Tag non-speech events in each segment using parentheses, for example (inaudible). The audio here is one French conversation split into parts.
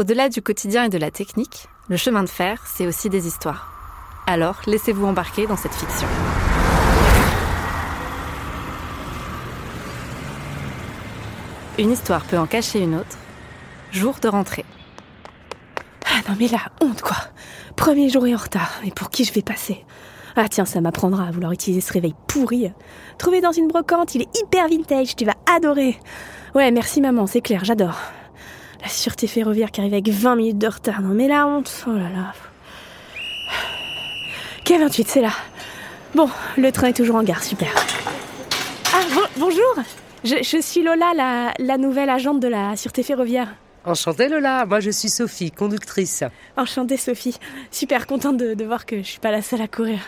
Au-delà du quotidien et de la technique, le chemin de fer, c'est aussi des histoires. Alors, laissez-vous embarquer dans cette fiction. Une histoire peut en cacher une autre. Jour de rentrée. Ah non mais la honte quoi Premier jour et en retard, et pour qui je vais passer Ah tiens, ça m'apprendra à vouloir utiliser ce réveil pourri. Trouvé dans une brocante, il est hyper vintage, tu vas adorer Ouais, merci maman, c'est clair, j'adore. La sûreté ferroviaire qui arrive avec 20 minutes de retard, non mais la honte Oh là là K28, c'est là Bon, le train est toujours en gare, super. Ah, bon- bonjour je, je suis Lola, la, la nouvelle agente de la sûreté ferroviaire. Enchantée Lola, moi je suis Sophie, conductrice. Enchantée Sophie, super contente de, de voir que je suis pas la seule à courir.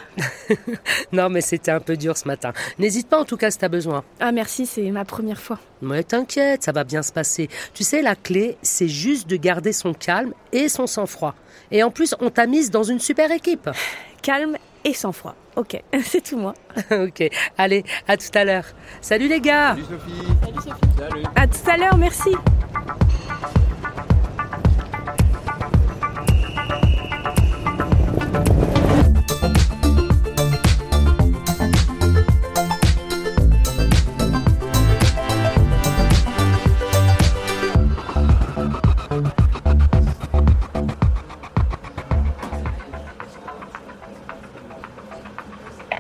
Non mais c'était un peu dur ce matin. N'hésite pas en tout cas si t'as besoin. Ah merci, c'est ma première fois. Mais t'inquiète, ça va bien se passer. Tu sais, la clé, c'est juste de garder son calme et son sang-froid. Et en plus, on t'a mise dans une super équipe. (laughs) Calme et sans froid. Ok, (laughs) c'est tout moi. ok, allez, à tout à l'heure. Salut les gars À tout à l'heure, merci.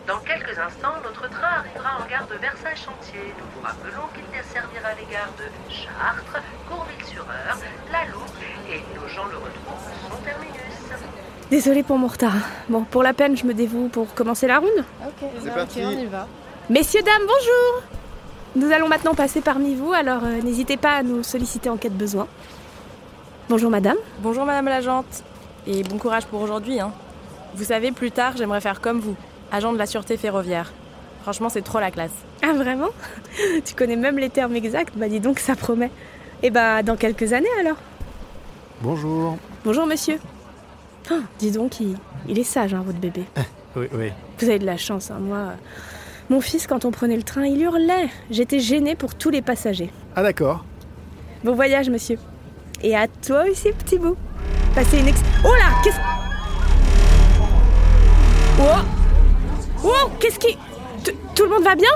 Dans quelques instants, notre train arrivera en gare de Versailles-Chantier. Nous vous rappelons qu'il desservira les gares de Chartres, Courville-sur-Eure, La Loupe et nos gens le retrouvent son terminus. Désolée pour mon retard. Bon, pour la peine, je me dévoue pour commencer la ronde. Ok, c'est parti. on y va. Messieurs, dames, bonjour Nous allons maintenant passer parmi vous, alors euh, n'hésitez pas à nous solliciter en cas de besoin. Bonjour madame. Bonjour Madame l'agente et bon courage pour aujourd'hui. hein. Vous savez, plus tard, j'aimerais faire comme vous, agent de la sûreté ferroviaire. Franchement, c'est trop la classe. Ah vraiment (laughs) Tu connais même les termes exacts Bah dis donc, ça promet. Et bah dans quelques années alors. Bonjour. Bonjour monsieur. Ah, dis donc, il, il est sage, hein, votre bébé. Oui, oui. Vous avez de la chance, hein, moi. euh, Mon fils, quand on prenait le train, il hurlait. J'étais gênée pour tous les passagers. Ah d'accord. Bon voyage, monsieur. Et à toi aussi, petit bout. Passez une ex... Oh là Qu'est-ce... Oh Oh Qu'est-ce qui... T- Tout le monde va bien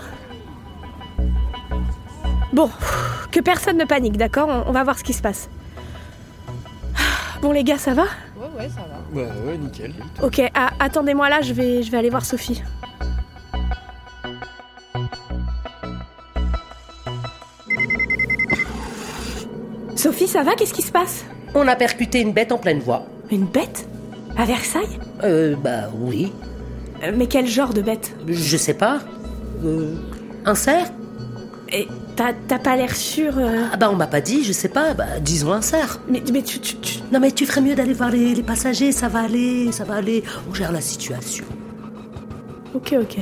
Bon, pff, que personne ne panique, d'accord on, on va voir ce qui se passe. Ah, Bon les gars, ça va Ouais, ouais, ça va. Ouais, ouais, nickel. Ok, ah, attendez-moi là, je vais, je vais aller voir Sophie. Sophie, ça va Qu'est-ce qui se passe On a percuté une bête en pleine voie. Une bête À Versailles Euh, bah oui. Euh, Mais quel genre de bête Je sais pas. Euh, un cerf Et t'as t'as pas l'air sûr euh? Ah bah on m'a pas dit, je sais pas. Bah disons un cerf. Mais, mais tu, tu, tu- Non mais tu ferais mieux d'aller voir les, les passagers, ça va aller, ça va aller. On gère la situation. Ok, ok.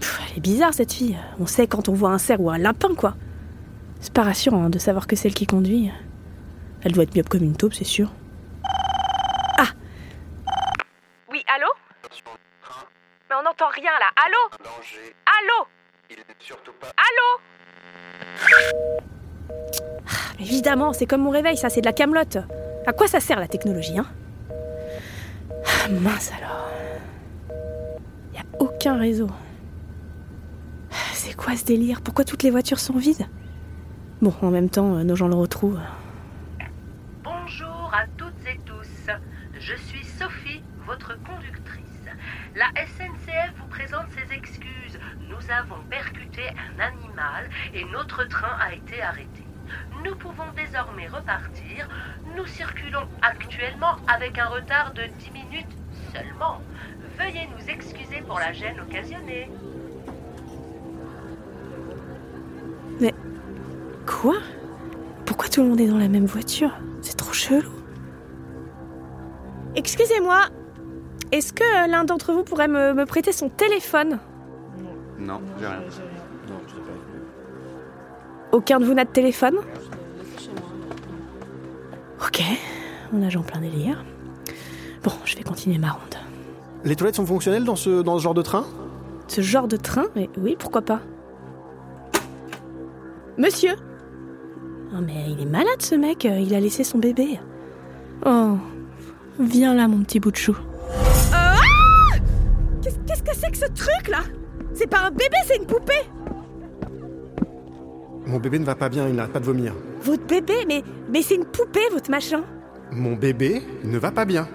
Pff, elle est bizarre cette fille. On sait quand on voit un cerf ou un lapin, quoi. C'est pas rassurant hein, de savoir que celle qui conduit. Elle doit être myope comme une taupe, c'est sûr. Ah Oui, allô Mais on n'entend rien là. Allô Allô Allô mais Évidemment, c'est comme mon réveil, ça, c'est de la camelote. À quoi ça sert la technologie, hein Ah mince alors. Y a aucun réseau. C'est quoi ce délire Pourquoi toutes les voitures sont vides Bon, en même temps, euh, nos gens le retrouvent. Bonjour à toutes et tous. Je suis Sophie, votre conductrice. La SNCF vous présente ses excuses. Nous avons percuté un animal et notre train a été arrêté. Nous pouvons désormais repartir. Nous circulons actuellement avec un retard de 10 minutes seulement. Veuillez nous excuser pour la gêne occasionnée. Quoi Pourquoi tout le monde est dans la même voiture C'est trop chelou. Excusez-moi, est-ce que euh, l'un d'entre vous pourrait me- me prêter son téléphone Non, j'ai rien. Aucun de vous n'a de téléphone Ok, on nage en plein délire. Bon, je vais continuer ma ronde. Les toilettes sont fonctionnelles dans ce, dans ce genre de train Ce genre de train mais Oui, pourquoi pas Monsieur Oh mais il est malade ce mec, euh, il a laissé son bébé. Oh, viens là mon petit bout de chou. Ah Qu'est-ce qu'est-ce que c'est que ce truc là C'est pas un bébé, c'est une poupée Mon bébé ne va pas bien, il n'arrête pas de vomir. Votre bébé, mais, mais c'est une poupée, votre machin. Mon bébé ne va pas bien.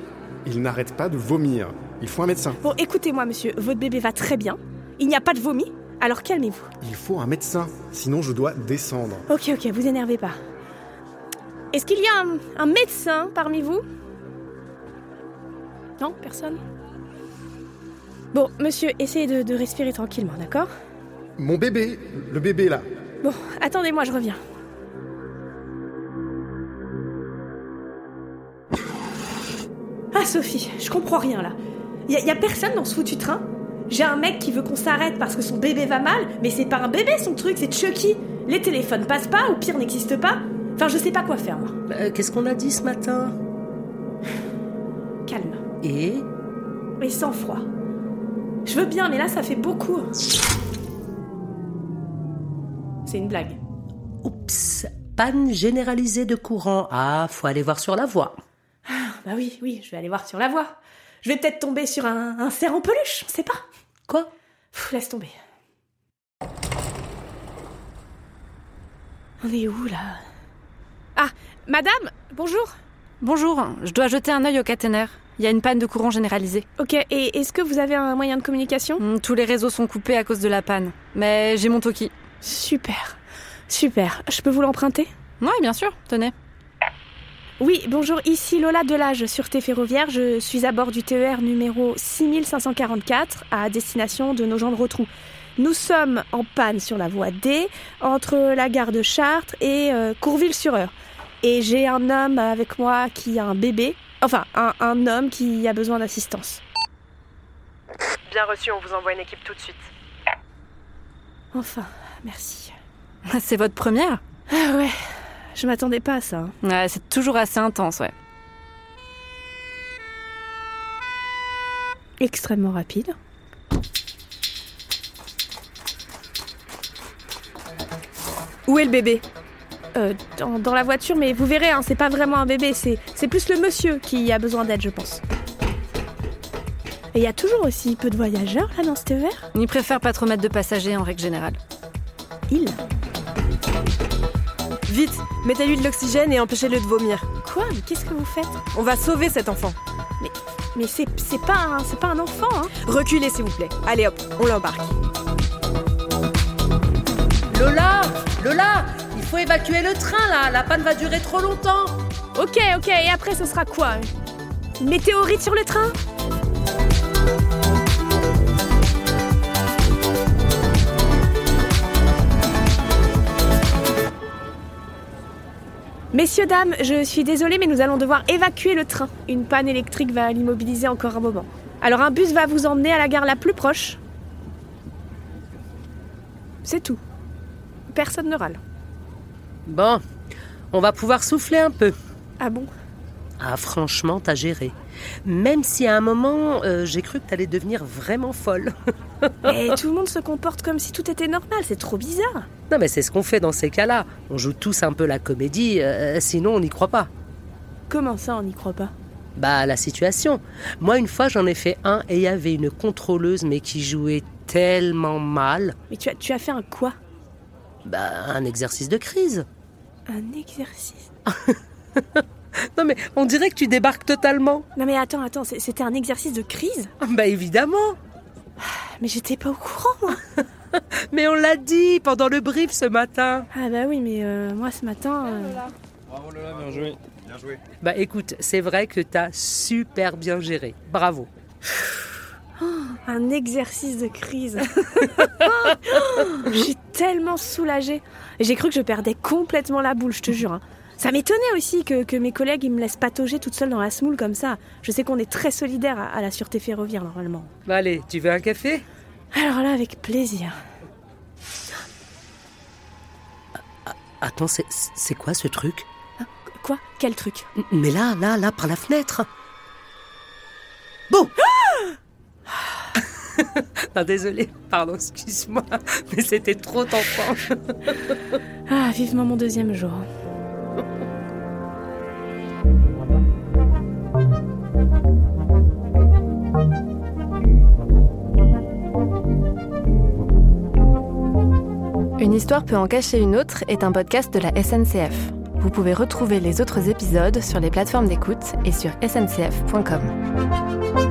Il n'arrête pas de vomir. Il faut un médecin. Bon, écoutez-moi, monsieur, votre bébé va très bien. Il n'y a pas de vomi, alors calmez-vous. Il faut un médecin. Sinon, je dois descendre. Ok, ok, vous énervez pas. Est-ce qu'il y a un, un médecin parmi vous Non, personne Bon, monsieur, essayez de, de respirer tranquillement, d'accord Mon bébé, le bébé là. Bon, attendez-moi, je reviens. Ah, Sophie, je comprends rien là. Y a, y a personne dans ce foutu train J'ai un mec qui veut qu'on s'arrête parce que son bébé va mal, mais c'est pas un bébé son truc, c'est Chucky. Les téléphones passent pas, ou pire, n'existent pas. Enfin, je sais pas quoi faire moi. Euh, Qu'est-ce qu'on a dit ce matin Calme. Et Et sans froid. Je veux bien, mais là, ça fait beaucoup. hein. C'est une blague. Oups, panne généralisée de courant. Ah, faut aller voir sur la voie. Bah oui, oui, je vais aller voir sur la voie. Je vais peut-être tomber sur un, un cerf en peluche, on sait pas. Quoi Pff, laisse tomber. On est où là Ah, madame, bonjour. Bonjour, je dois jeter un œil au caténaire. Il y a une panne de courant généralisée. Ok, et est-ce que vous avez un moyen de communication Hmm, Tous les réseaux sont coupés à cause de la panne. Mais j'ai mon toki. Super, super. Je peux vous l'emprunter Oui, bien sûr, tenez. (laughs) Oui, bonjour, ici Lola Delage, Sûreté Ferroviaire. Je suis à bord du TER numéro 6544 à destination de Nogent-le-Rotrou. Nous sommes en panne sur la voie D, entre la gare de Chartres et euh, Courville-sur-Eure. Et j'ai un homme avec moi qui a un bébé, enfin, un, un homme qui a besoin d'assistance. Bien reçu, on vous envoie une équipe tout de suite. Enfin, merci. C'est votre première Ah ouais, je m'attendais pas à ça. hein. Ouais, c'est toujours assez intense, ouais. Extrêmement rapide. Où est le bébé euh, dans, dans la voiture, mais vous verrez, hein, c'est pas vraiment un bébé, c'est c'est plus le monsieur qui a besoin d'aide, je pense. Et il y a toujours aussi peu de voyageurs là dans ce TER Ils préfèrent pas trop mettre de passagers en règle générale. Il Vite, mettez-lui de l'oxygène et empêchez-le de vomir. Quoi Mais qu'est-ce que vous faites On va sauver cet enfant. Mais c'est c'est pas, un- c'est pas un enfant, hein Reculez s'il vous plaît. Allez hop, on l'embarque. Lola Lola Il faut évacuer le train là La panne va durer trop longtemps Ok, ok, et après ce sera quoi Une météorite sur le train Messieurs, dames, je suis désolée, mais nous allons devoir évacuer le train. Une panne électrique va l'immobiliser encore un moment. Alors un bus va vous emmener à la gare la plus proche. C'est tout. Personne ne râle. Bon, on va pouvoir souffler un peu. Ah (laughs) bon Ah franchement, t'as géré. Même si à un moment, euh, j'ai cru que t'allais devenir vraiment folle. Et Eh, tout le monde se comporte comme si tout était normal, c'est trop bizarre. Non mais c'est ce qu'on fait dans ces cas-là. On joue tous un peu la comédie, euh, sinon on n'y croit pas. Comment ça, on n'y croit pas Bah la situation. Moi une fois j'en ai fait un et il y avait une contrôleuse mais qui jouait tellement mal. Mais tu as, tu as fait un quoi Bah un exercice de crise. Un exercice Non mais on dirait que tu débarques totalement. Non mais attends, attends, c'est- c'était un exercice de crise Ah, Ah, Bah évidemment. Mais j'étais pas au courant, moi Mais on l'a dit pendant le brief ce matin. Ah bah oui, mais euh, moi ce matin... euh, Bravo Lola, bien joué. Bien joué. Bah écoute, c'est vrai que t'as super bien géré. Bravo. Un exercice de crise Je suis tellement soulagée J'ai cru que je perdais complètement la boule, je te jure hein. Ça m'étonnait aussi que, que mes collègues ils me laissent patauger toute seule dans la smoule comme ça. Je sais qu'on est très solidaires à, à la sûreté ferroviaire normalement. Bah allez, tu veux un café Alors là, avec plaisir. Attends, c'est- c'est quoi ce truc Quoi Quel truc Mais là, là, là, par la fenêtre. Bon. Ah (laughs) Non, désolé, pardon, excuse-moi, mais c'était trop tentant. Ah, vivement mon deuxième jour. Une histoire peut en cacher une autre est un podcast de la SNCF. Vous pouvez retrouver les autres épisodes sur les plateformes d'écoute et sur sncf.com.